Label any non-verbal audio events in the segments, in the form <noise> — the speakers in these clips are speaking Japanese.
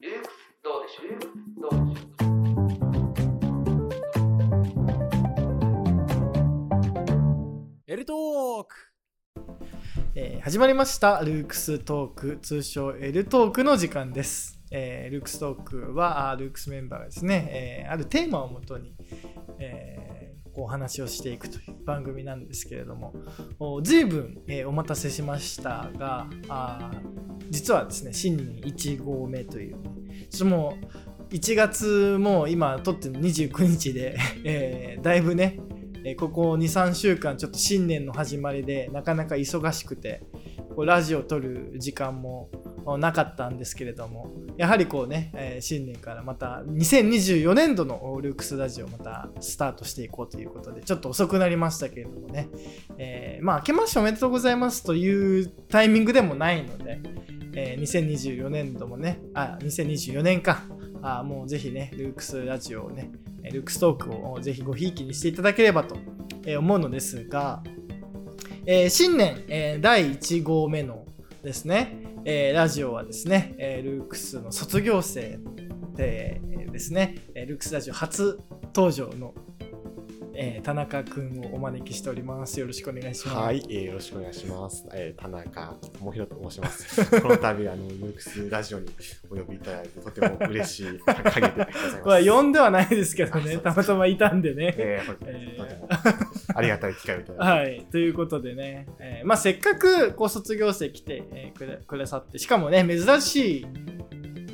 ルークスどうでしょうルークスどうでしょうエルトークえー始まりましたルークストーク通称 L トークの時間です、えールークストークはあールークスメンバーがですね、えーあるテーマをもとに、えーこうお話をしていくという番組なんですけれどもお随分、えーお待たせしましたがあー実はですね新年1号目というちょっともう1月もう今撮ってるの29日で、 <laughs> えーだいぶねえーここ23週間ちょっと新年の始まりでなかなか忙しくてこうラジオを撮る時間もあなかったんですけれどもやはりこうね、えー新年からまた2024年度のおルークスラジオをまたスタートしていこうということでちょっと遅くなりましたけれどもね、えーまあ明けましておめでとうございますというタイミングでもないので、えー2024年度もねあ2024年かあもうぜひねルークスラジオをねえールックストークをぜひごひいきにしていただければとえー思うのですが、えー新年、えー第1号目のですね、えーラジオはですね、えールークスの卒業生でえーですね、えールークスラジオ初登場の、えー田中くんをお招きしております。よろしくお願いします。はい、えーよろしくお願いします。えー田中智弘と申 <laughs> します。この度、あの、ルークスラジオにお呼びいただいて、とても嬉しい限りでございままあ、す。呼んではないですけどあそうね、ですたまたまいたんでね。えー本当にとてもありがたい機会をいただい <laughs> はて、い、ということでね、えーまあ、せっかくご卒業生来て、えーくれくださってしかもね珍しい、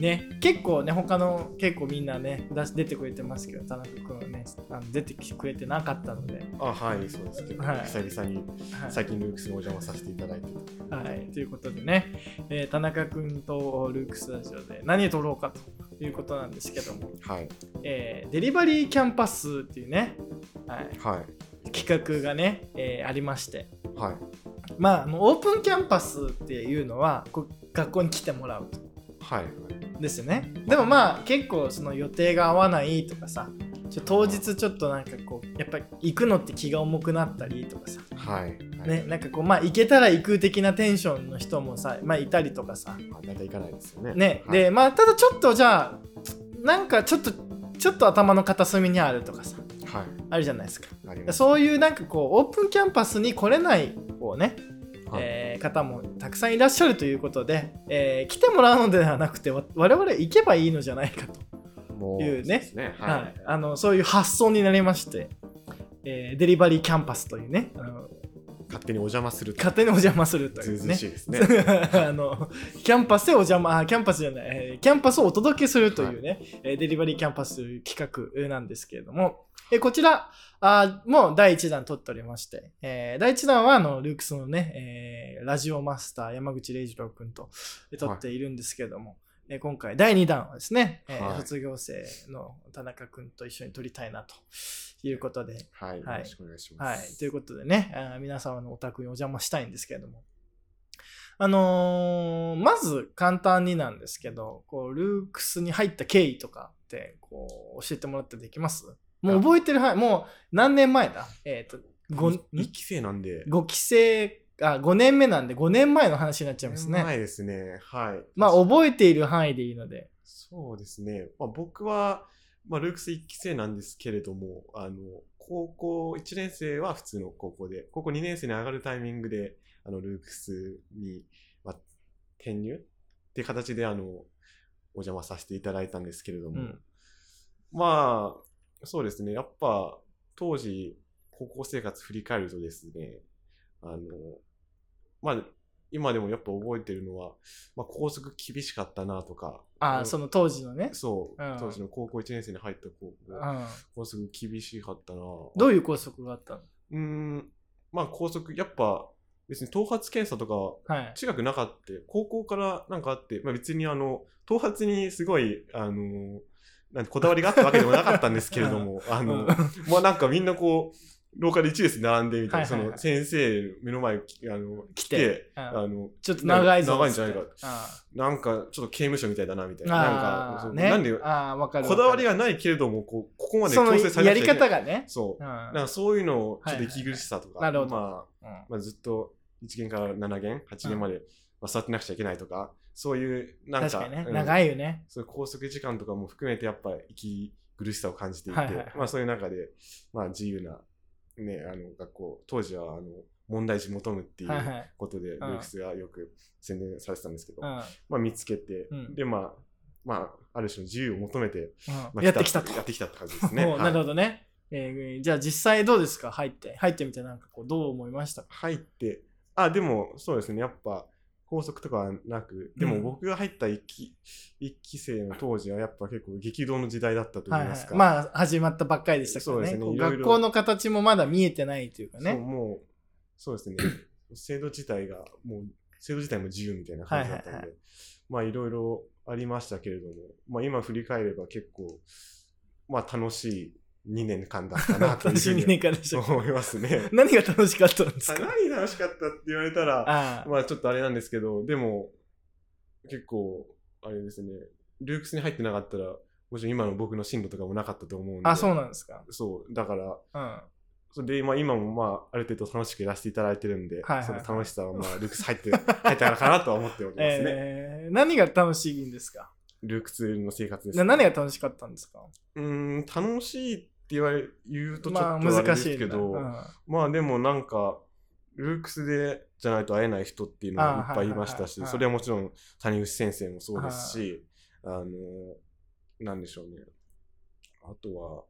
ね、結構ね他の結構みんなね出し出てくれてますけど田中君はねあの出てきてくれてなかったので、あ、はい、そうですけど、はい久々にはい最近ルークスにお邪魔させていただいて、はい、ということでね、えー田中君とルークスタジオで何を撮ろうかということなんですけども、はい、えーデリバリーキャンパスっていうね、はい、はい、企画がね、えーありましてはい、まあ、あのオープンキャンパスっていうのはこう学校に来てもらうとはい、ですよねでもまあ結構その予定が合わないとかさちょ当日ちょっとなんかこうやっぱり行くのって気が重くなったりとかさ、はい、はい、ね、なんかこうまあ行けたら行く的なテンションの人もさ、まあ、いたりとかさまあ大体行かないですよね。ね、はい、でまあただちょっとじゃあなんかちょっとちょっと頭の片隅にあるとかさはあるじゃないですかい、あります。そういうなんかこうオープンキャンパスに来れないこうねはいえー方もたくさんいらっしゃるということで、えー来てもらうのではなくてわ我々行けばいいのじゃないかと、もいうねそうですね、はいはい、あのそういう発想になりまして、えーデリバリーキャンパスというねあの勝手にお邪魔すると、勝手にお邪魔するとずいううずうねしいですね。 <laughs> あのキャンパスでお邪魔あキャンパスじゃない、えーキャンパスをお届けするというね、えーデリバリーキャンパスという企画なんですけれども、えーこちらあーもう第1弾取っておりまして、えー第1弾はあのルークスのね、えーラジオマスター山口礼二郎君とえー撮っているんですけれども、えー今回第2弾はですね、えーはい卒業生の田中君と一緒に撮りたいなということで、はい、よはいろしくお願いしまはいす。、ということでね、あー皆様のお宅にお邪魔したいんですけれども、あのーまず簡単になんですけど、こうルークスに入った経緯とかってこう教えてもらってできますもう覚えてる範囲、もう何年前だえっ、と5、 2期生なんで、 5期生あ、5年目なんで5年前の話になっちゃいますね。前ですね。はい。まあ確か覚えている範囲でいいので。そうですね。まあ、僕は、まあ、ルークス1期生なんですけれども、あの、高校1年生は普通の高校で、高校2年生に上がるタイミングで、あの、ルークスに、まあ、転入っていう形で、あの、お邪魔させていただいたんですけれども、うんまあ、そうですね。やっぱ、当時、高校生活振り返るとですね、あの、まあ、今でもやっぱ覚えてるのは、まあ、校則厳しかったなとか、あうーんその当時のね。そう、うん当時の高校1年生に入った高う校、ん、校則厳しかったな。どうういう校則があったのうーん、まあ校則、やっぱ別に頭髪検査とか、はい。中学なかった、高校からなんかあって、まあ別にあの、頭髪にすごい、あのーなんてこだわりがあったわけでもなかったんですけれ <laughs> ども、あの、まあなんかみんなこう、廊下で1列並んでみたいな、はいはいはいその先生目の前きあの来来てて、うんあの、ちょっと長いぞ。長いんじゃないかつってうんなんかちょっと刑務所みたいだなみたいな、なんあかあそーう、ね、なんでああわかるこだわりががないけれども、こう、ここまでそ強の制されやなくりちゃいけな方がいね、そうう。んなんかそういうのをちょっと息苦しさとか、はいはいはいなるほどまうあ、んまあ、ずっと1限から7限、8限まで、まあ、座ってなくちゃいけないとか、そういう、なんか、確かにね、うん長いよね。そういう拘束時間とかも含めてやっぱ息苦しさを感じていて、はいはいはいまあそういう中で、まあ自由な、ね、あの学校、当時はあの問題児求むっていはいうはい。ことで、ルんークスがよく宣伝されてたんですけど、うんまあ見つけて、うんでまあ、まあ、ある種の自由を求めて、うんまあやってきたと。やってきたって感じです <laughs> ね。もうなるはいほどね。えーじゃあ実際どうですか入って。入ってみてなんかこう、どう思いましたか入って、あ、でもそうですね、やっぱ拘束とかはなく、でうもん僕が入った一期一期生の当時はやっぱ結構激動の時代だったとは言いいまはすいか。、まあ始まったばっかりでしたからそねうですねこういろいろ学校の形もまだ見えてないというかそうねもうそ <coughs> うですね制度自体がもう制度自体も自由みたいな感じだったんで、はいはいまあいろいろありましたけれども、まあ、今振り返れば結構、まあ、楽しい2年間だったなと楽いうふしうみねにかでした思います <laughs> ね。何が楽しかったんですあか何楽しかったって言われたらああまあちょっとあれなんですけどでも結構あれですねルークスに入ってなかったらもちろん今の僕の進路とかもなかったと思うんであそうなんですかそうだからうんそれで、まあ、今も、まあ、ある程度楽しくやらせていただいてるんで、はいはいその楽しさは、まあ、ルークス <laughs> 入って、入ったからかなとは思っておりますね。えー何が楽しいんですかルークスの生活です、な何が楽しかったんですかうーん、楽しいって言われ、言うとちょっとまああれで難しすいけんだど、うんまあ、でもなんか、ルークスでじゃないと会えない人っていうのあーもいっぱいいましたはいはいはいし、はいそれはもちろん谷口先生もそうですし、あの、なんでしょうね。あとは、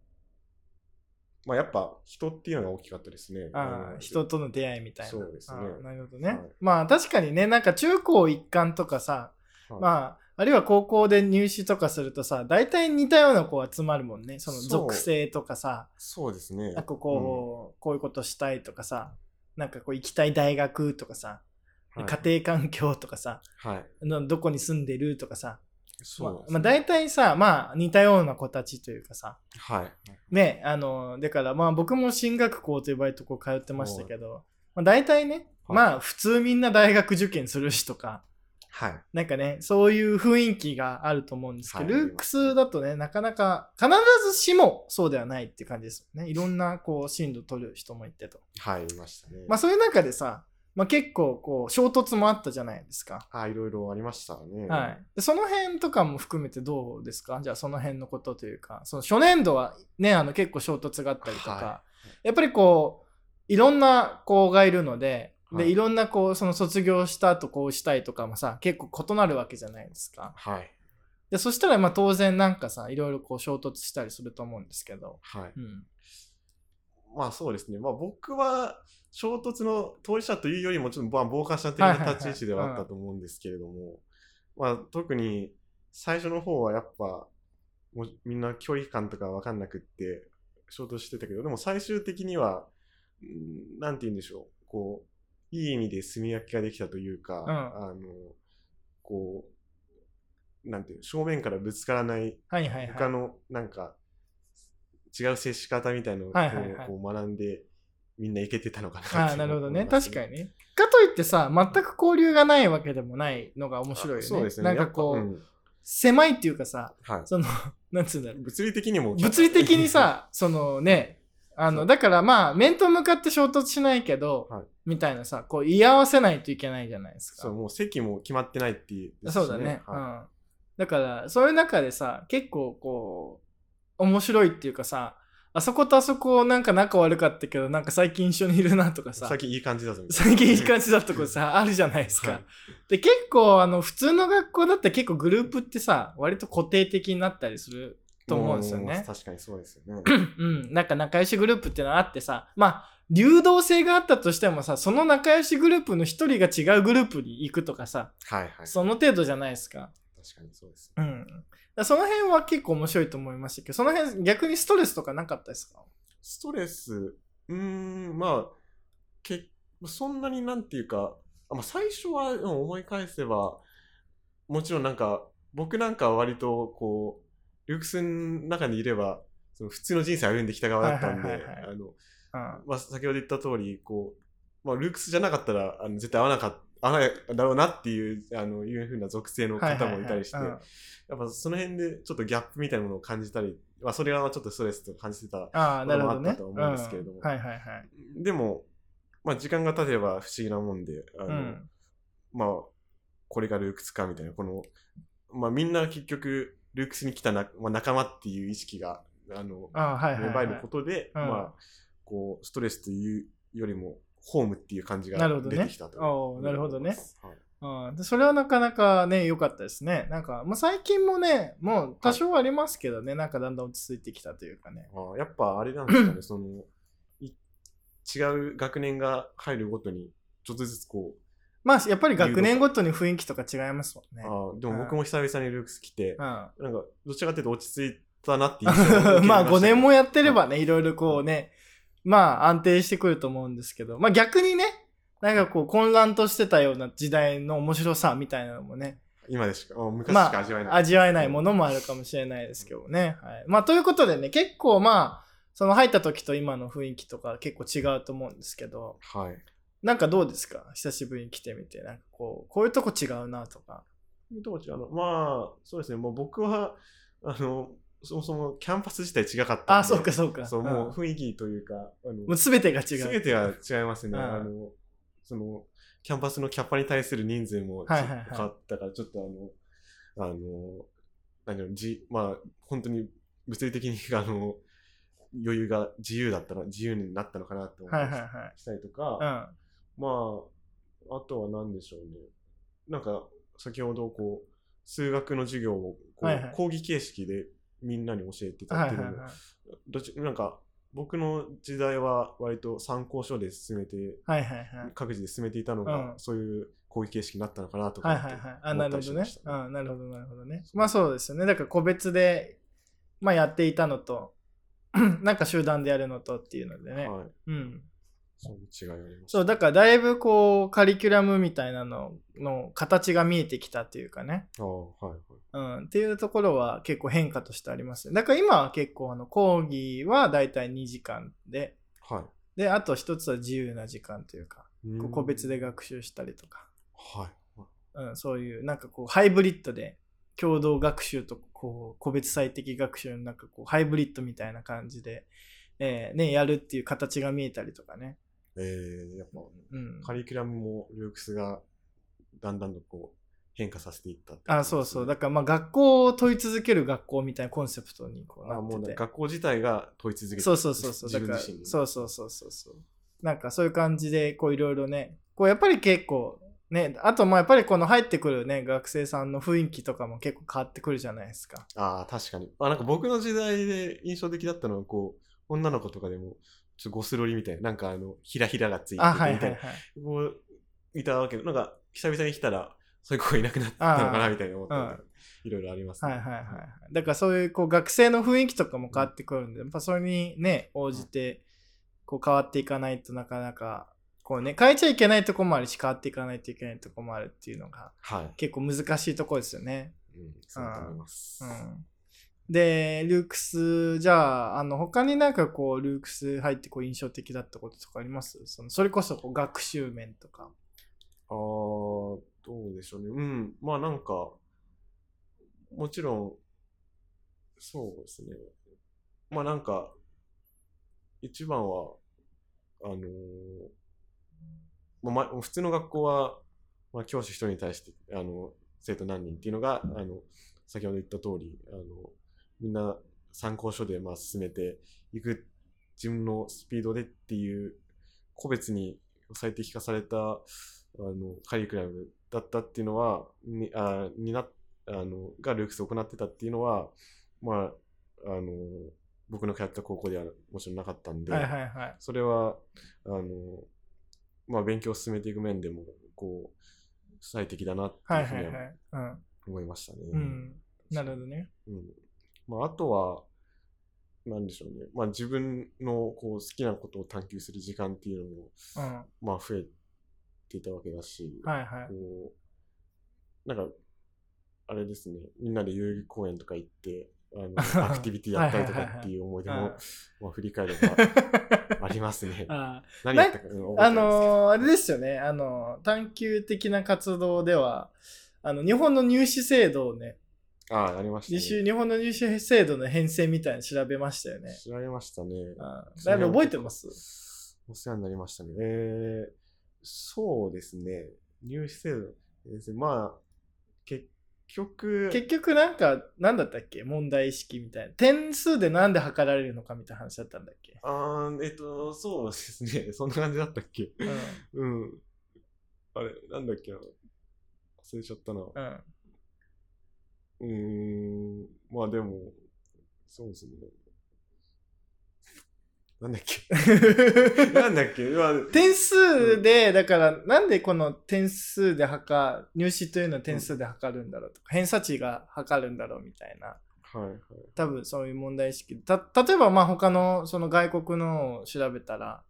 まあ、やっぱ人っていうのが大きかったですね。あのあ人との出会いみたいなそうですねああなるほどね、はいまあ確かにねなんか中高一貫とかさ、はいまああるいは高校で入試とかするとさ大体似たような子集まるもんねその属性とかさそうですね。なんかこう、こういうことしたいとかさ、なんかこう行きたい大学とかさ、うんはい家庭環境とかさ、はい。のどこに住んでるとかさ、そうまであすまあね、大体さ、まあ似たような子たちというかさ、はい。ね、あの、だからまあ僕も進学校と呼ばれるとこ通ってましたけど、まあ大体ね、はいまあ普通みんな大学受験するしとか、はい。なんかね、そういう雰囲気があると思うんですけど、はいルークスだとね、なかなか必ずしもそうではないって感じですよね。いろんなこう進路取る人もいてと。はい、いましたね。まあそういう中でさ、まあ、結構こう衝突もあったじゃないですか。あ、いろいろありましたね。はい、でその辺とかも含めてどうですかじゃあその辺のことというかその初年度はねあの結構衝突があったりとか、はやっぱりこういろんな子がいるので,、はいでいろんなこうその卒業した後こうしたいとかもさ結構異なるわけじゃないですかはい。でそしたらまあ当然なんかさいろいろこう衝突したりすると思うんですけど、はい。うん、まあそうですね。まあ僕は衝突の当事者というよりも、ちょっとまあ傍観者的な立ち位置ではあったと思うんですけれども、まあ特に最初の方はやっぱ、もうみんな距離感とかわかんなくって衝突してたけど、でも最終的には、うんなんて言うんでしょう、こう、いい意味で炭焼きができたというか、んあの、こう、なんていうの正面からぶつからないはいはい他はいのなんか違う接し方みたいのをこはいはいはいうこう学んでみんないけてたのかなってああなるほどね思います確かにねかといってさ全く交流がないわけでもないのが面白いよねそうですなねんかこう、やっぱ狭いっていうかさうんはいそのなんつうんだろう物理的にも物理的にさそのねあそのうだからまあ面と向かって衝突しないけど、はいみたいなさこう言い合わせないといけないじゃないですか <laughs> そうもう席も決まってないっていうですしそうだね、うん、はだからそういう中でさ結構こう面白いっていうかさあそことあそこなんか仲悪かったけどなんか最近一緒にいるなとかいさ最近いい感じだぞみたい最な近いい感じだとこ <laughs> さあるじゃないですか、はいで結構あの普通の学校だったら結構グループってさ割と固定的になったりすると思うんですよ <laughs> もね確かにそうで <laughs> すよねうんなんか仲良しグループってのはあってさまあ流動性があったとしてもさその仲良しグループの一人が違うグループに行くとかさはいはいその程度じゃないですか確かにそうですうんだからその辺は結構面白いと思いましたけどその辺逆にストレスとかなかったですかストレスうーんまあけそんなになんていうか、あまあ、最初はうん思い返せばもちろんなんか僕なんかは割とこうルークスの中にいればその普通の人生歩んできた側だったんはいではいはいはいあのうんまあ先ほど言った通りこう、まあ、ルークスじゃなかったらあの絶対会わなかった。合わないだろうなっていう、あの、いうふうな属性の方もいたりして、はいはいはいうんやっぱその辺でちょっとギャップみたいなものを感じたり、まあそれはちょっとストレスと感じてたああなるほどあっねたと思うんですけれどもうんはいはいはいでも、まあ、時間が経てば不思議なもんで、あのうんまあ、これがルークスかみたいな、この、まあみんな結局、ルークスに来たな、まあ、仲間っていう意識が、あの、ああ、はい、芽は生えい、るはことで、うんまあ、こう、ストレスというよりも、ホームっていう感じがなるほどね出てきたとおーなるほどね思いますいはいうんで。それはなかなかね、良かったですね。なんか、まあ、最近もね、もう多少ありますけどね、なんかだんだん落ち着いてきたというかね。ああやっぱあれなんですかね、 <clears throat> その、い違う学年が入るごとに、ちょっとずつこまあ、やっぱり学年ごとに雰囲気とか違いますもんう、ね。ああでも僕も久々にルークス来て、うん。なんか、どちらかというと落ち着いたなっていう印象を <laughs> 受け <laughs> まあした5年もやってればね、いろいろこうね、まあ安定してくると思うんですけど、まあ逆にね、なんかこう混乱としてたような時代の面白さみたいなのもね、今でしか、あ昔しまか味わえない。あ味わえないものもあるかもしれないですけどね。はい、まあということでね、結構まあ、その入った時と今の雰囲気とか結構違うと思うんですけど、はい。なんかどうですか久しぶりに来てみて、なんかこう、こういうとこ違うなとか。当時、あの、まあ、そうですね、もう僕は、あの、そもそもキャンパス自体違かったんで。あ、そうかそうか。そう、んもうも雰囲気というか、あの、う全てが違すう。べては違いますね。うんあの、その、キャンパスのキャパに対する人数もちょはいっとはいはい変わったから、ちょっとあの、あの、何だろう、じ、まあ、本当に物理的に、あの、余裕が自由だったの、自由になったのかなと思っはいはいたはいり。したりとか、うん。まあ、あとは何でしょうね。なんか、先ほど、こう、数学の授業をこう、はいはい講義形式でみんなに教えてたはっいてはいいうはのいも、。どっちなんか、僕の時代は割と参考書で進めて、はいはいはい。各自で進めていたのが、うんそういう講義形式になったのかなとかはい思っはいて、はい。あ、なるほど思ねったりし。ましたあなるほど、なるほどね。そうまあそうですよね。だから個別で、まあ、やっていたのと、 <clears throat> なんか集団でやるのとっていうのでね。はい。うん。そういう違いがあります。そう、だからだいぶこう、カリキュラムみたいなのの形が見えてきたというかね。ああ、はい、うん。っていうところは結構変化としてありますね。だから今は結構、あの、講義はだいたい2時間で、はい。はで、あと一つは自由な時間というか、い。うんこう個別。で学習したりとか。はい。うん、そういうなんかこうハイブリッドで共同学習とこう個別最適学習のなんかこうハイブリッドみたいな感じで、えーね、やるっていう形が見えたりとかね。えー、やっぱ、うん、カリキュラムもルークスがだんだんとこう変化させていったってことあですねそうそうだからまあ学校を問い続ける学校みたいなコンセプトにこうあなもうってなんてか学校自体が問い続けてそうそうそうそう自だ分から自身にそうそうそうそうそうなんかそういう感じでこういろいろねこうやっぱり結構ねあとまあやっぱりこの入ってくるね学生さんの雰囲気とかも結構変わってくるじゃないですかああ、確かに。あなんか僕の時代で印象的だったのは、こう、女の子とかでも、ちょっとゴスロリみたいな、なんかあの、ひらひらがついててみたいあはいな、はいはいこう、いたわけで、なんか、久々に来たら、そういう子いなくなったのかな、みたいな思ったんで、いろいろありますはね。いはいはいはい。だからそういうこう学生の雰囲気とかも変わってくるんで、やっぱそれにね、応じてこう変わっていかないとなかなか、こうね、変えちゃいけないとこもあるし、変わっていかないといけないとこもあるっていうのがはい。結構難しいとこですよね。うん、そうだと思います。うあん。で、ルークス、じゃあ、あの、他になんかこう、ルークス入ってこう印象的だったこととかありますそのそれこそこう学習面とか。あー、どうでしょうね。うん、まあなんか、もちろん、そうですね。まあなんか、一番は、あのーまあ、ま普通の学校は、まあ、教師一人に対して、あの、生徒何人っていうのが、あの、先ほど言った通り、あの、みんな参考書で、まあ、進めていく、自分のスピードでっていう、個別に最適化された、あの、カリキュラムだったっていうのは、に、あ、にな、あの、がルークスを行ってたっていうのは、まあ、あの、僕の通った高校ではもちろんなかったんで、はいはいはい。それは、あの、まあ、勉強を進めていく面でも、こう、最適だなってはいいうふはいうには。はいうん。思いましたね。うん。なるほどね。うん。まあ、あとは、なんでしょうね。まあ、自分のこう好きなことを探求する時間っていうのも、うん。はまあ、増えていたわけだし、いはい。こう、なんか、あれですね、みんなで代々木公園とか行って、あ <laughs> のアクティビティやったりとかっていう思い出はいはもい <laughs> はい、。まあ、振り返ればあります <laughs> ねあ何やったか、うん覚えてなあいですけどのーあれですよね、あのー探求的な活動では、あの、日本の入試制度をね、ああ、ありました履修ね。日本の入試制度の編成みたいなの調べましたよね。知られましたね。あーだいぶ覚えてますお世話になりましたね。えー、そうですね。入試制度。えーまあ、結 <laughs> 局、結局なんか何だったっけ問題意識みたいな点数で何で測られるのかみたいな話だったんだっけ、あーえっと、そうですね。 <laughs> そんな感じだったっけうんうん。あれ、なんだっけな。忘れちゃったな。ううん、ーん。まあでも、そうですね。なんだっけ。 <laughs> なんだっけ。まあ、点数でだからなんでこの点数で測入試というのは点数で測るんだろうとか偏差値が測るんだろうみたいなはいはい。多分そういう問題意識た例えばまあ他のその外国のを調べたら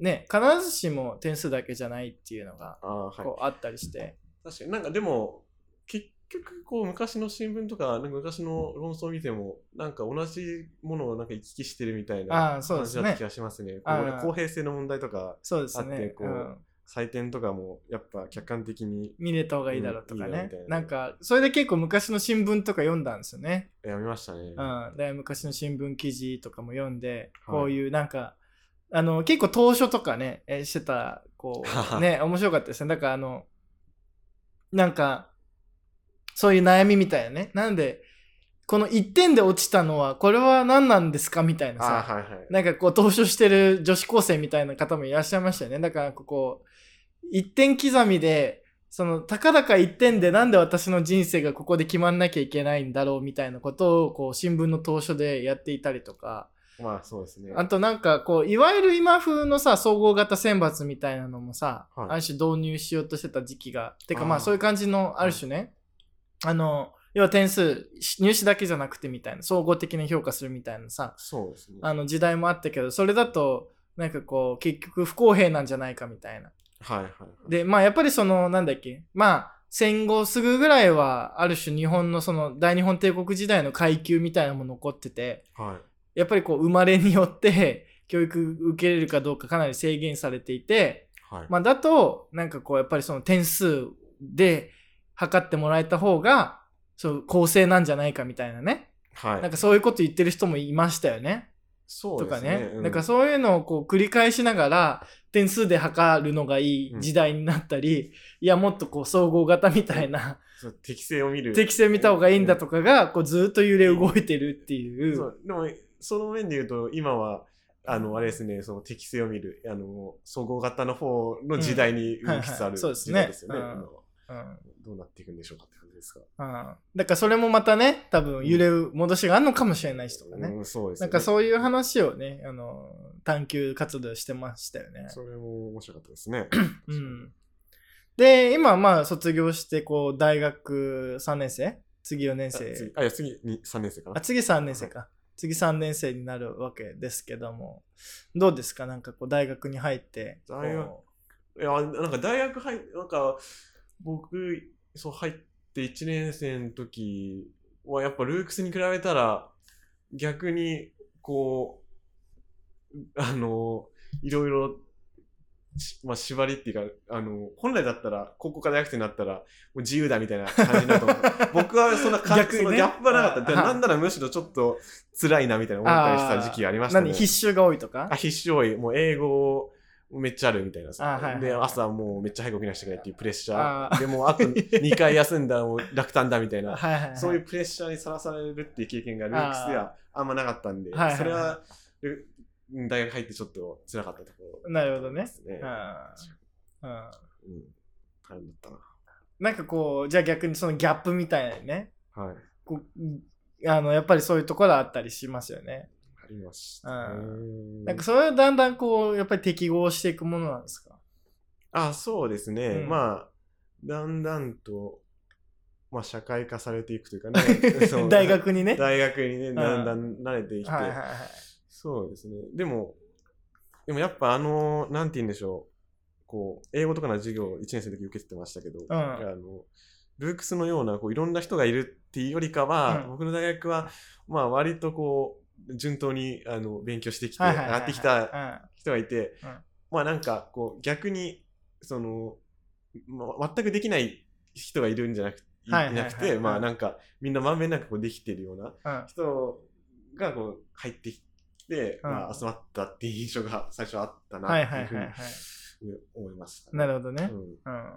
ね必ずしも点数だけじゃないっていうのがああ、はい。こうあったりして、確かになんかでも結局こう昔の新聞とかなんか昔の論争を見てもなんか同じものをなんか行き来してるみたいなああそうで話すだったね気がしますね。こああう公平性の問題とかそうですあってね、こう、うん採点とかもやっぱ客観的に見れた方がいいだろうとかうんいいよみねたいななんかそれで結構昔の新聞とか読んだんですよねやめましたね。うん、で昔の新聞記事とかも読んで、こういうなんかあの結構投書とかねえーしてたこう <laughs> ね面白かったですねだからあのなんかそういう悩みみたいなねなんでこの1点で落ちたのはこれは何なんですかみたいなああさはいはい。なんかこう投書してる女子高生みたいな方もいらっしゃいましたよねだからここ1点刻みでそのたかだか1点でなんで私の人生がここで決まんなきゃいけないんだろうみたいなことをこう新聞の投書でやっていたりとかまあそうですね。あとなんかこういわゆる今風のさ総合型選抜みたいなのもさ、はいある種導入しようとしてた時期がてかまああーそういう感じのある種ね、あの要は点数入試だけじゃなくてみたいな総合的な評価するみたいなさそうですね。あの時代もあったけどそれだとなんかこう結局不公平なんじゃないかみたいな。はいはいはい。でまあやっぱりそのなんだっけまあ戦後すぐぐらいはある種日本のその大日本帝国時代の階級みたいなのも残っててはい。やっぱりこう生まれによって <laughs> 教育受けれるかどうかかなり制限されていて、はい。まあ、だとなんかこうやっぱりその点数で測ってもらえた方がそう公正なんじゃないかみたいなねはい。なんかそういうこと言ってる人もいましたよね。そうとでかすねね。うんなんかそういうのをこう繰り返しながら点数で測るのがいい時代になったり、いやもっとこう総合型みたいなそう適性を見る。適性見た方がいいんだかとかがこうずーっと揺れ動いてるっていう。そうでもその面で言うと今はあのあれですねその適性を見るあの総合型の方の時代にんはい動きつつあはいるそうです時ね代ですよね。うん今はうんどうなっていくんでしょうかって感じですか。うんだからそれもまたね多分揺れる戻しがあるのかもしれないしとかね、うんそうですなよねんかそういう話をねあの探求活動してましたよね。それも面白かったですね。うん、で今まあ卒業してこう大学3年生次4年あ生次あいや次に3年生かあな。次3年生か、次3年生になるわけですけどもどうですかなんかこう大学に入って大学こいやなんか大学入なんか僕そう入って1年生の時はやっぱルークスに比べたら逆にこうあのいろいろしまあ、縛りっていうかあの本来だったら高校から大学生になったらもう自由だみたいな感じだ <laughs> と思う <laughs> 僕はそんな感逆にねそのギャップはなかったあななんならむしろちょっと辛いなみたいなう思ったりした時期がありましたね何必修が多いとかあ必死多い、もう英語めっちゃあるみたいなさ、あはいはいで朝もうめっちゃ早く起きなきゃいけないっていうプレッシャあーー、でも <laughs> うあと2回休んだらもう落胆だみたいな、はいはいはいそういうプレッシャーにさらされるっていう経験がルークスではあんまなかったんで、はいはいはいそれはルうん大学入ってちょっと辛かったところなるほどねですね。うんうんうん大変だったな。なんかこうじゃあ逆にそのギャップみたいなねはい。こうあのやっぱりそういうところあったりしますよね、ありましたうね。なんかそれはだんだんこうやっぱり適合していくものなんですかあ、そうですね。うんまあ、だんだんと、まあ、社会化されていくというか <laughs> ね <laughs> そう大学にね <laughs> 大学にね、だんだん慣れてきて、はいはいはいそうですね。でも、でもやっぱあの、なんて言うんでしょう、こう、英語とかの授業を1年生の時受けてましたけど、んあのルークスのようなこういろんな人がいるっていうよりかは、うん僕の大学は、まあ、割とこう、順当にあの勉強してきて、はいはいはい上がってきたは人がいて、うんまあなんかこう逆にその、まあ、全くできない人がいるんじゃなくいはいはいはいなくてまうあんなんかみんなまんべんなくこうできてるようないうん人がこう入ってきて、うんまあ、集まったっていう印象が最初あったなはいってはいいうふはういにはい思います、なるほどね、うんうん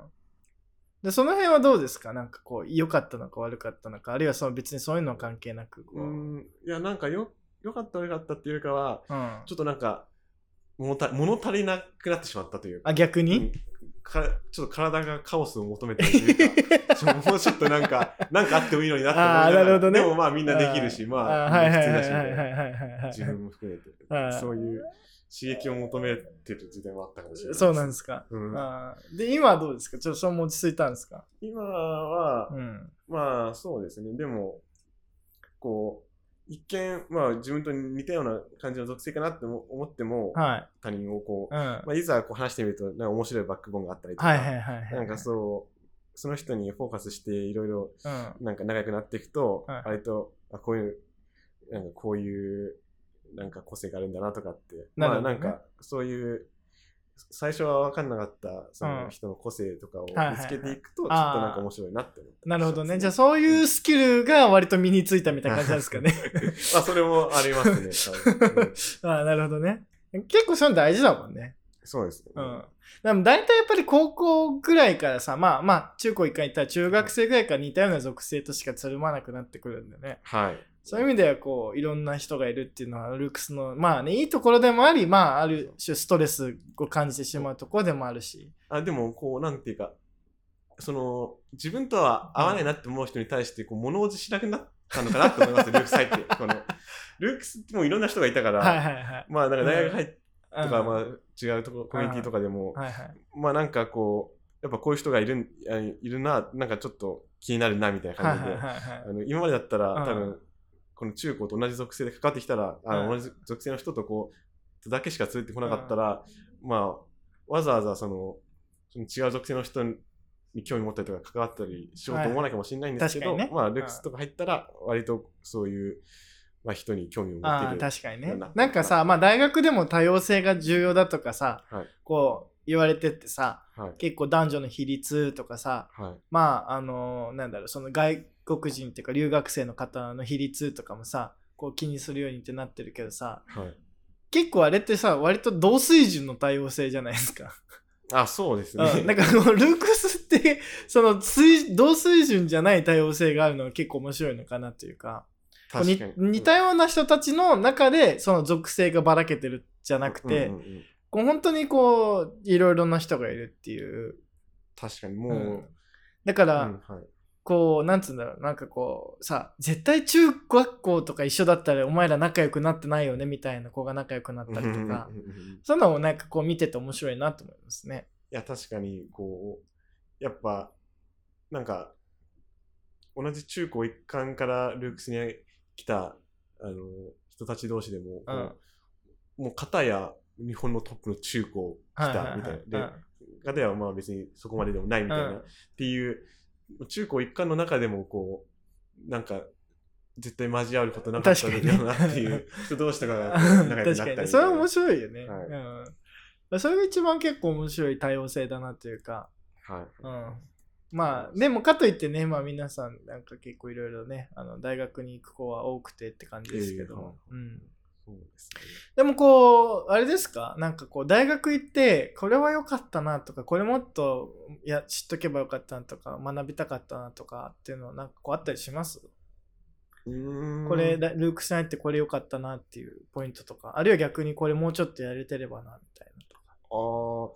でその辺はどうですかなんかこう良かったのか悪かったのかあるいはその別にそういうのは関係なくこう、ううんん、いや、なんかよ、良かった悪かったっていうよりかは、あちょっとなんか、物足物足りなくなってしまったというか。逆に、かちょっと体がカオスを求めてるとい <laughs> うかちょもうちょっとなんかなんかあってもいいのになって思いあーなながるらほどねでもまあみんなできるしまああはいはい普は通いはいだはいしみたいなはいはい自分も含めてあーそういう刺激を求めてる時代もあったかもしれない、そうなんですすか、うんあーで今はどうですかちょっとそれも落ち着いたんですか今は、うんまあそうですねでもこう一見まあ自分と似たような感じの属性かなっても思ってもはい、他人をこう、うんはいまあ、いざこう話してみるとなんか面白いバックボーンがあったりとか、はいはいはいなんかう、そうその人にフォーカスしていろいろうん、なんか仲良くなっていくと、はい割とあこういうなんかこういうなんか個性があるんだなとかって、なるまほあどなねんかそういう最初は分かんなかったそうのん人の個性とかを見はいはいつけていくと、あーちょっとなんか面白いなって思ったなるほどねじゃああそういうスキルが割と身についたみたいな感じなんですか <laughs> ねまあそれもあります <laughs> ね多分うんああなるほどね結構そういうの大事だもんねそうですね、うんでも大体やっぱり高校ぐらいからさまあまあ中高一貫行ったら中学生ぐらいから似たような属性としかつるまなくなってくるんだよねはいそういう意味ではこういろんな人がいるっていうのはルークスのまあねいいところでもありまあある種ストレスを感じてしまうところでもあるしあでもこうなんていうかその自分とは合わないなって思う人に対してこう物おじしなくなったのかなと思いますルークス入ってこのルークスってもういろんな人がいたから、はいはいはいまあなんか大学入ってうんとか、まあ違うとこコミュニティとかでも、はいはいまあなんかこうやっぱこういう人がいるんあいるななんかちょっと気になるなみたいなはい感はじで、いはいあの今までだったら、うん多分この中高と同じ属性で関わってきたら、あのうん同じ属性の人とこうだけしか連れてこなかったら、まあわざわざそのその違う属性の人に興味持ったりとか関わったりしようと思わないかもしれないんですけど、はいはい確かまあねルックスとか入ったら割とそういう、まあ、人に興味を持ってあある確かにねようななんかさまあ大学でも多様性が重要だとかさ、はいこう言われてってさはい結構男女の比率とかさはいまああのなんだろうその外国人っていうか留学生の方の比率とかもさこう気にするようにってなってるけどさはい、結構あれってさ割と同水準の多様性じゃない <laughs> ですか。あそうですね、うん、なんかあのルークスってその水同水準じゃない多様性があるのは結構面白いのかなというか確かにに似たような人たちの中でその属性がばらけてるじゃなくて、うんうんうんこう本当にこういろいろな人がいるっていう。確かにもう、うんだから、うんはいこう、なんつうんだろう、なんかこう、さ、絶対中学校とか一緒だったらお前ら仲良くなってないよねみたいな子が仲良くなったりとかう、んうんうんうんいそういうのもなんかこう見てて面白いなと思いますね。や確かにこうやっぱなんか同じ中高一貫からルークスに来たあの人たち同士でも、こうもう片や日本のトップの中高来はいはいはたみたいな、いで片やまあ別にそこまででもないみたいな、うんっていう中高一貫の中でもこうなんか絶対交わることなかったんだ確かになっていう人同士と <laughs> かがうん仲良くなった確りかにね。それは面白いよね。はいうん、それが一番結構面白い多様性だなというか、はいうん、まあ、でもかといってね、まあ皆さんなんか結構いろいろね、あの大学に行く子は多くてって感じですけど、ええうんそうですでもこう、あれですかなんかこう、大学行って、これは良かったなとか、これもっといや知っとけばよかったなとか、学びたかったなとかっていうのはなんかこうあったりします、ね。うーんこれ、だルークスに入ってこれ良かったなっていうポイントとか、あるいは逆にこれもうちょっとやれてればなみたいなとか。あー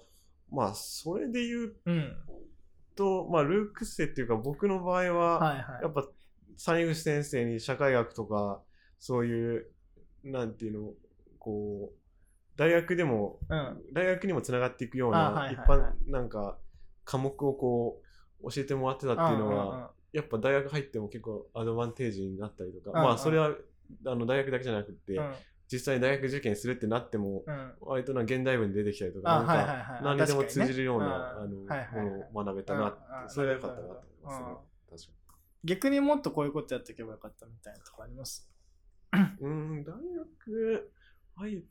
まあ、それで言ううん。と、まあ、ルークス生っていうか、僕の場合は、はいはい。やっぱ、三口先生に社会学とか、そういう、なんていうの、こう、大学でも、うん。大学にもつながっていくようあはな、い一はいはい般、なんか、科目をこう、教えてもらってたっていうのは、やっぱ大学入っても結構アドバンテージになったりとか、うんうんまあ、それは、あの、大学だけじゃなくて、うんうん実際に大学受験するってなっても、うん。うん。割とな現代文に出てきたりとか、あなんはいはいかはい。何にでも確か通ねじるよううんなあのはいはいはいものを学べたなってうんうん、それが良かったなと思いうんますね。逆にもっとこういうことやっていけばよかったみたいなとこあります確かに。うん、大学入っ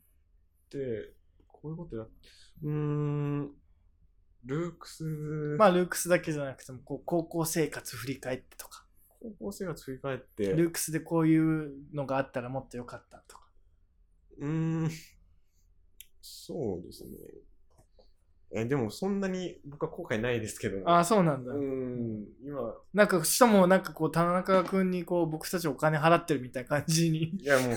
て、こういうことやっうーん、ルークス、まあ、ルークスだけじゃなくても、こう高校生活振り返ってとか、高校生活振り返って、ルうークスでこういうのがあったらもっと良かったとか。ーん、そうですね。ええーでもそんなに僕は後悔ないですけどねああ、そうなんだ。うん、今、なんか、しかも、なんかこう、田中君にこう、僕たちお金払ってるみたいな感じに。いやもう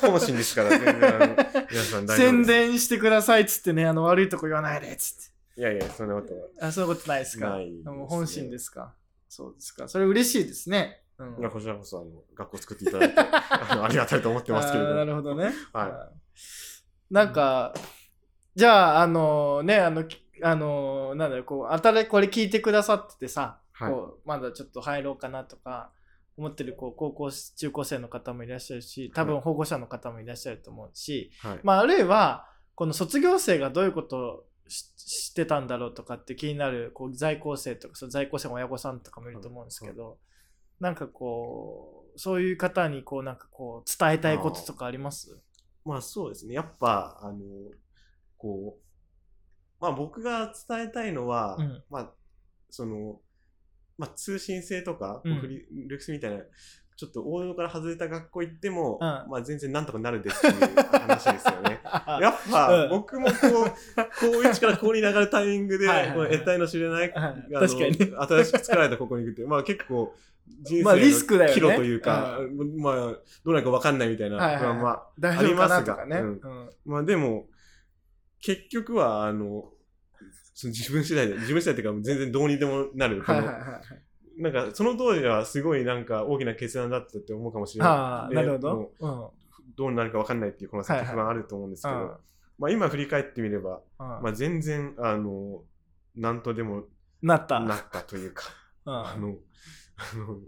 ほ、本心ですから、全 <laughs> 然あの、皆さん大丈夫宣です。伝してくださいっつってね、あの、悪いとこ言わないでっつっいやいや、そんなことは。て。あ、そういうことないですか。ないですねもう本心ですか。そうですか。それ嬉しいですね。うん。いやこちらこそ、あの、学校作ってい <laughs> ただいて、あのありがたいと思ってますけれあーなどるほも。どね。はなんか、じゃあ、あのね、あの、きあのなんだろう、こう、あたれ、これ聞いてくださっててさ、はいこうまだちょっと入ろうかなとか、思ってるこう高校、中高生の方もいらっしゃるし、多分保護者の方もいらっしゃると思うし、い。はい。まあ、あるいは、この卒業生がどういうことをししてたんだろうとかって気になるこう在校生とかその在校生の親御さんとかもいると思うんですけど、なんかこうそういう方にこうなんかこう伝えたいこととかありますまあそうですね。やっぱ、あの、こう、まあ僕が伝えたいのは、うんまあ、その、まあ通信制とか、うんフリルックスみたいな、ちょっと応用から外れた学校行っても、んまあ全然なんとかなるですっていう話ですよ <laughs> ね。やっうぱん僕もこう、高1から高2に上がるタイミングで、はいはいはいこの得体の知れなはい、いあの確かにね新しく作られた高校に行くって、まあ結構、人まあリス生クだよねの岐路というか、うまあ、どうなるか分かんないみたいな、はいはいはいまあまあ、大丈夫かなありますとがかね。ううんんまあでも、結局は、あの、その自分次第で、自分次第っていうか、全然どうにでもなる。こはいのはいはいはい。なんか、その当時はすごいなんか大きな決断だったって思うかもしれな <laughs> い。ああ、でなるほもうど。うんどうなるかわかんないっていうこの先はい不はい安あると思うんですけど、うんまあ今振り返ってみれば、うんまあ全然、あの、なんとでもなった。なったというか、あうんの、あの、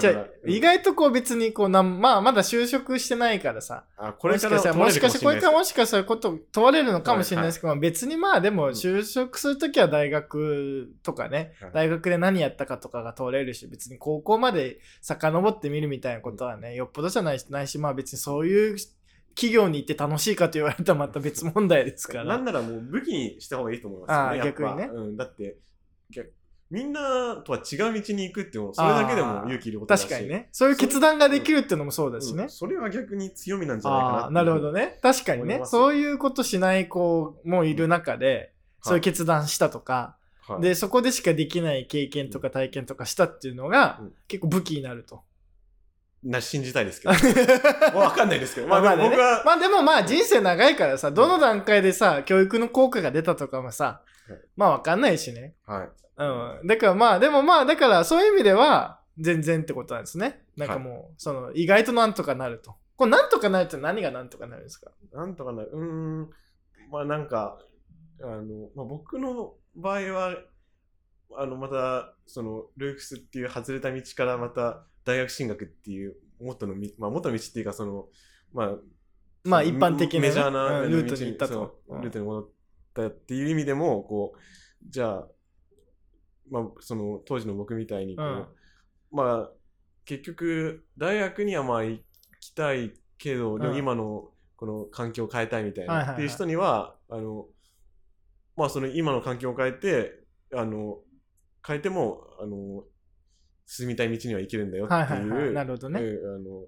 じゃあ意外とこう別にこうなん、まあまだ就職してないからさ、あこれかもしかしたらら、もしかしたらこれからももしかしたらこと問われるのかもしれないですけど、まあ別にまあでも就職するときは大学とかねはい、大学で何やったかとかが問われるし、別に高校まで遡ってみるみたいなことはね、よっぽどじゃないし、ないしまあ別にそういう企業に行って楽しいかと言わ <laughs> れたらまた別問題ですから。なんならもう武器にした方がいいと思いますああやっぱ逆にねうん、だって逆みんなとは違う道に行くってもうそれだけでも勇気いることだし確かにねそういう決断ができるっていうのもそうだしうねん、それは逆に強みなんじゃないかなああーなるほどねね確かに思いねますそういうことしない子もいる中で、そういう決断したとか、はい、でそこでしかできない経験とか体験とかしたっていうのが、うん結構武器になると。な信じたいで <laughs> すけど <laughs> まあわかんないですけどまあまあでもね僕は、まあでもまあ人生長いからさどの段階でさ教育の効果が出たとかもさはいまあわかんないしね。はいうん、だからまあでもまあだからそういう意味では全然ってことなんですね。なんかもう、その意外となんとかなると。これなんとかなるって何がなんとかなるんですかなんとかなうーんまあなんかあの、まあ、僕の場合はあのまたそのルークスっていう外れた道からまた大学進学っていう元の道、まあ、元の道っていうかそのまあまあ一般的なね、メジャーなうんあのルートに行った道と。そううんルートに戻ったっていう意味でもこうじゃあ,、まあその当時の僕みたいにこう、うんまあ結局大学にはまあ行きたいけど、でうもん今のこの環境を変えたいみたいな、はいはいはいっていう人にはあのまあその今の環境を変えてあの変えてもあの進みたい道には行けるんだよっていう、はいはいはいなるほどねうんあの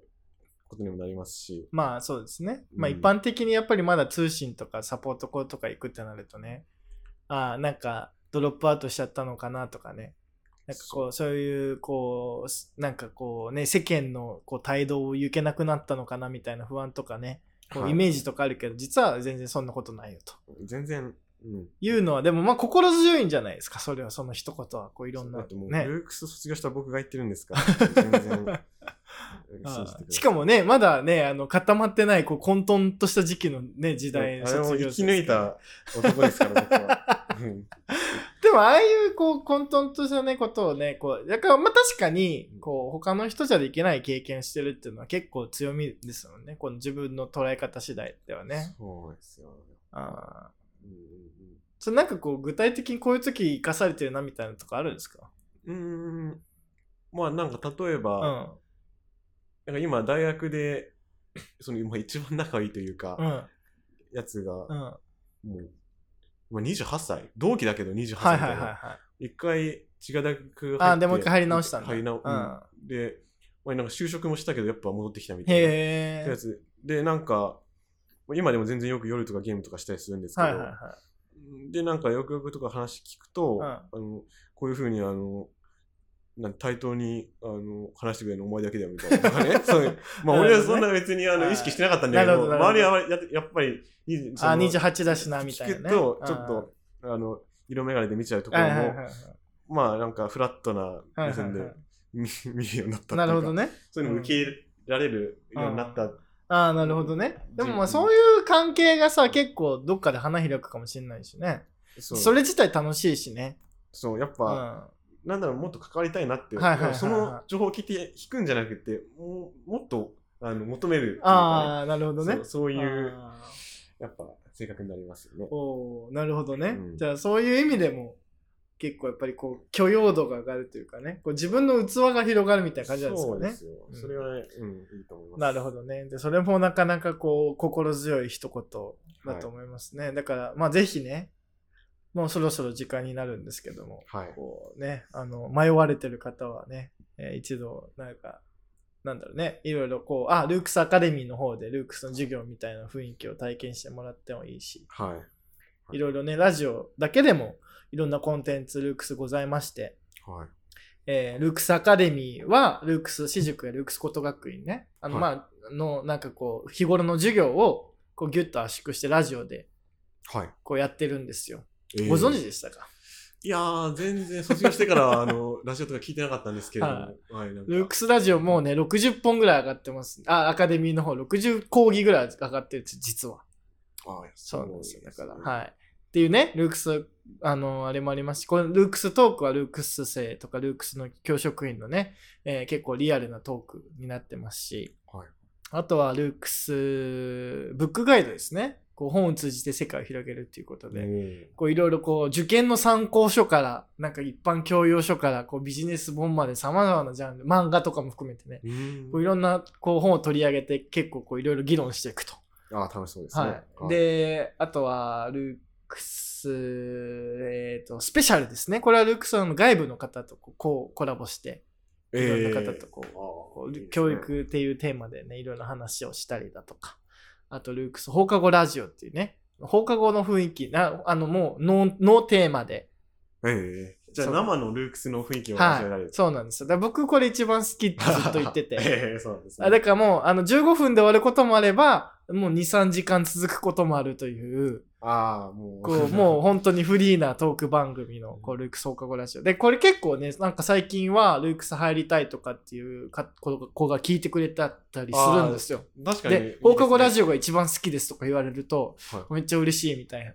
ことにもなりますし、まあそうですね。うんまあ一般的にやっぱりまだ通信とかサポート校とか行くってなるとね、ああ、なんかドロップアウトしちゃったのかなとかね。なんかこう、そういう、こうす、なんかこうね、世間のこう態度を行けなくなったのかなみたいな不安とかね、こはういイメージとかあるけど、実は全然そんなことないよと。全然、うん。いうのは、でもまあ心強いんじゃないですか、それは、その一言は、こういろんだなってもう、ね。ルークス卒業した僕が言ってるんです <laughs> から、全然信じてください。しかもね、まだね、あの固まってない、こう混沌とした時期のね、時うん、あ代れも卒業生き生抜いた男ですから、僕は。 <laughs> うんでもああいうこう混沌としたねことをねこうだからまあ確かにこう他の人じゃできない経験してるっていうのは結構強みですよねこの自分の捉え方次第ではねそうですよ。あーうんうんそれなんかこう具体的にこういう時生かされてるなみたいなとかあるんですかうん、うーんまあなんか例えうんば、なんか今大学で、その今一番仲いいというか、うんやつが、うんはもう、まあ、28歳同期だけど28いは歳いみたはいいな。はい一回違う大学入ってあーでもう一回入り直したんだ入り直ううんで、まあ、なんか就職もしたけどやっぱ戻ってきたみたいなへやえつでなんかまあ今でも全然よく夜とかゲームとかしたりするんですけど、はいはいはいで、なんかよくよくとか話聞くと、うんあのこういうふうにあのなん対等にあの話してくれるのお前だけだよみたいなとか <laughs> ねそういうまあ、なる俺はほどねそんな別にあはのい意識してなかったんだけなるどほどなるほど周りはあまりやっやっぱりそのあ、28だしな、みたいな、ね。聞くとちょっとあの色眼鏡で見ちゃうとうん、ころはも、いはいはいはいまあなんかフラットなはい目はい線では見 <laughs> 見るようになったっい。ていうかなるほどね。そういうのを受け入れられるようになった、うんああ、なるほどね。でもまあうんそういう関係がさ、結構どっかで花開くかもしれないしね。そそうれ自体楽しいしね。そうやっうぱ、ん。なんだろう、もっと関わりたいなって、はいはいはいはいその情報を聞いて引くんじゃなくて、もうもっとあの求めるっていうかああ、なるほねどねそう。そういう、あーやっぱ性格になりますよね。おーなるほどね、うんじゃあそういう意味でも結構やっぱりこう許容度が上がるというかねこう自分の器が広がるみたいな感じなんですかそうでねすよ。うんそれはね、うん、いいと思います。なるほどねでそれもなかなかこう心強い一言だと思いますね、だからまあぜひねもうそろそろ時間になるんですけどもはい。こうねあの迷われてる方はね、えー一度なんかなんだろうねいろいろこうあルークスアカデミーの方でルークスの授業みたいな雰囲気を体験してもらってもいいしはい。いろいろね、ラジオだけでもいろんなコンテンツ、ルークスございまして、はい。えールークスアカデミーは、ルークス私塾やルークスこと学院ね、あの、はまあ、の、なんかこう、日頃の授業を、こう、ぎゅっと圧縮してラジオで、はい。こうやってるんですよ。えーご存知でしたかいやー、全然卒業してから、あ <laughs> の、ラジオとか聞いてなかったんですけれども、ははい。なんかルークスラジオもうね、60本ぐらい上がってます。あ、アカデミーの方、60講義ぐらい上がってるんです実は。あーそうなんですよ。だごいから、ねはい。っていうね、ルークス、あの、あれもありますし、このルークストークはルークス生とかルークスの教職員のね、えー結構リアルなトークになってますし、はいあとはルークスブックガイドですね。こう本を通じて世界を広げるっていうことで、ねこういろいろこう受験の参考書から、なんか一般教養書から、こうビジネス本まで様々なジャンル、漫画とかも含めてね、えうんこういろんなこう本を取り上げて結構こういろいろ議論していくと。あー楽しそうですね。はい、、で、あとは、ルークス、えっ、と、スペシャルですね。これはルークスの外部の方とこうこうコラボして、えいーろんな方とこうこうあーいいですね教育っていうテーマでね、いろんな話をしたりだとか、あと、ルークス放課後ラジオっていうね、放課後の雰囲気、なあの、もうノー、ノーテーマで。ええじゃあそう生のルークスの雰囲気を味わえられはい。る。。そうなんですよ。だから僕、これ一番好きってずっと言ってて <laughs> ええそうなんですね。あだからもう、あの、15分で終わることもあれば、もう2、3時間続くこともあるという。ああ、もう。こ <laughs> う、もう本当にフリーなトーク番組の、こう、ルークス放課後ラジオ。で、これ結構ね、なんか最近は、ルークス入りたいとかっていうか子子が聞いてくれたったりするんですよ。う、確かに。で、放課後ラジオ。オが一番好きですとか言われると、はめっちゃ嬉しいみたいな。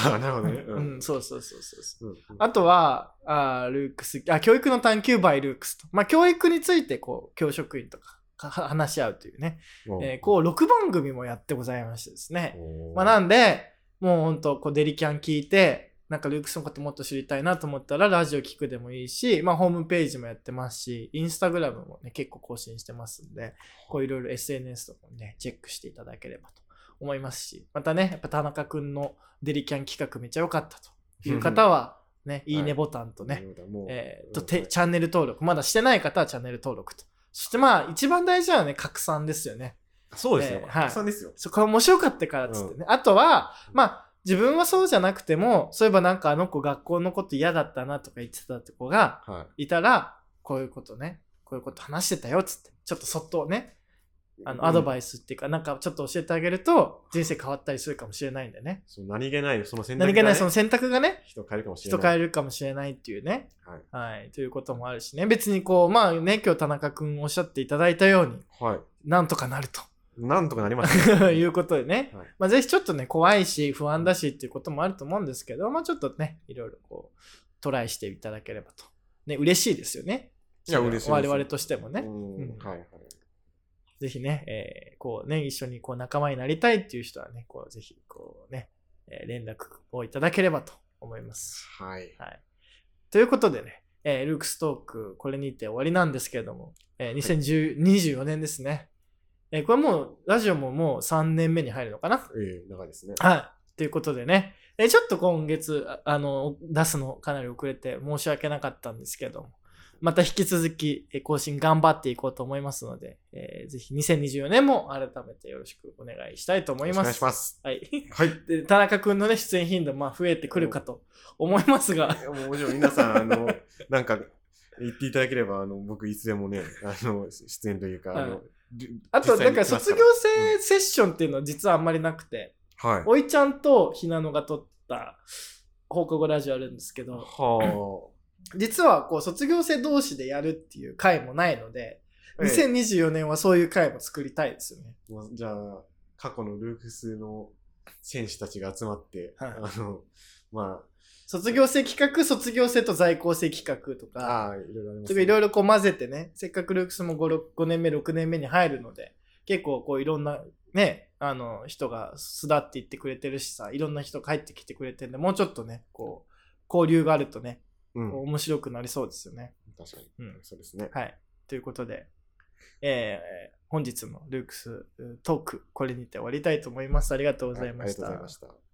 ああ、なるほどね。うん、そうそうそうそうそう。うん。あとは、あールークス、あ、教育の探求 by ルークスと。まあ、教育について、こう、教職員とか、か話し合うというね。うん、えーこう、6番組もやってございましてですね。おーまあ、なんで、もうほんと、こう、デリキャン聞いて、なんかルークスのこともっと知りたいなと思ったら、ラジオ聞くでもいいし、まあ、ホームページもやってますし、インスタグラムもね、結構更新してますんで、こう、いろいろ SNS とかもね、チェックしていただければと思いますし、またね、やっぱ田中くんのデリキャン企画めっちゃ良かったという方は、ね、いいねボタンとね、。もうえーっうと、んてチャンネル登録、まだしてない方はチャンネル登録と。そしてまあ、一番大事なのはね、拡散ですよね。そうですよ。えーはいたくさんですよ。そこは面白かったからっつってね。あとは、まあ、自分はそうじゃなくても、そういえばなんかあの子学校のこと嫌だったなとか言ってたって子がはいたら、こういうことね、こういうこと話してたよっつって、ちょっとそっとね、い。あの、アドイバイスっていうか、なんかちょっと教えてあげると、人生変わったりするかもしれないんでね。ス。そう何気ない、その選択が何ね気ないその選択がね、人を変えるかもしれ人ない。変えるかもしれないっていうね。はい。はい、ということもあるしね。別にこう、まあね、今日田中くんおっしゃっていただいたように、はい。なんとかなると。なんとかなりましたね。 <laughs> いうことでね、はいまあ、ぜひちょっとね、怖いし、不安だしっていうこともあると思うんですけど、まあ、ちょっとね、いろいろこう、トライしていただければと。ね、嬉しいですよね。いや嬉しいです我々としてもね、うんうんはいはい。ぜひね、えーこうね、一緒にこう仲間になりたいっていう人はね、こう、ぜひ、こうね、えー連絡をいただければと思います。はい。はい。ということでね、えールークストーク、これにて終わりなんですけれども、えー2024年ですね。えーこれもう、ラジオももう3年目に入るのかなええ、長いですね。はい。ということでね、えーちょっと今月、ああの、出すのかなり遅れて申し訳なかったんですけども、また引き続きえー更新頑張っていこうと思いますので、えーぜひ2024年も改めてよろしくお願いしたいと思います。お願いします。はい。はい。で、田中くんのね、出演頻度、まあ増えてくるかと思いますが、いやもうもちろん皆さん、あの、なんか、言っていただければ、あの、僕いつでもね、あの、出演というか、あはいの、りあと、実際なんにか来ます卒業生セッションっていうのは実はあんまりなくて、らはい。おいちゃんとひなのが撮った放課後ラジオあるんですけど、は実はこう卒業生同士でやるっていう回もないので、あ。え2024年はそういう回も作りたいですよね。えもうじゃあ、過去のルークスの選手たちが集まって、はいあの、ま卒業生企画、卒業生と在校生企画とあ、か、ああ、いろいろあります、とかいろいろこう混ぜてね、せっかくルークスも 5, 5年目、6年目に入るので、結構こういろんなね、あの人が巣立っていってくれてるしさ、いろんな人が入ってきてくれてるんで、もうちょっとね、こう、交流があるとね、うんこう、面白くなりそうですよね。確かに。うんそうですね。はい。ということで、えー本日のルークストーク、これにて終わりたいと思います。ありがとうございましありがとうございたま。した。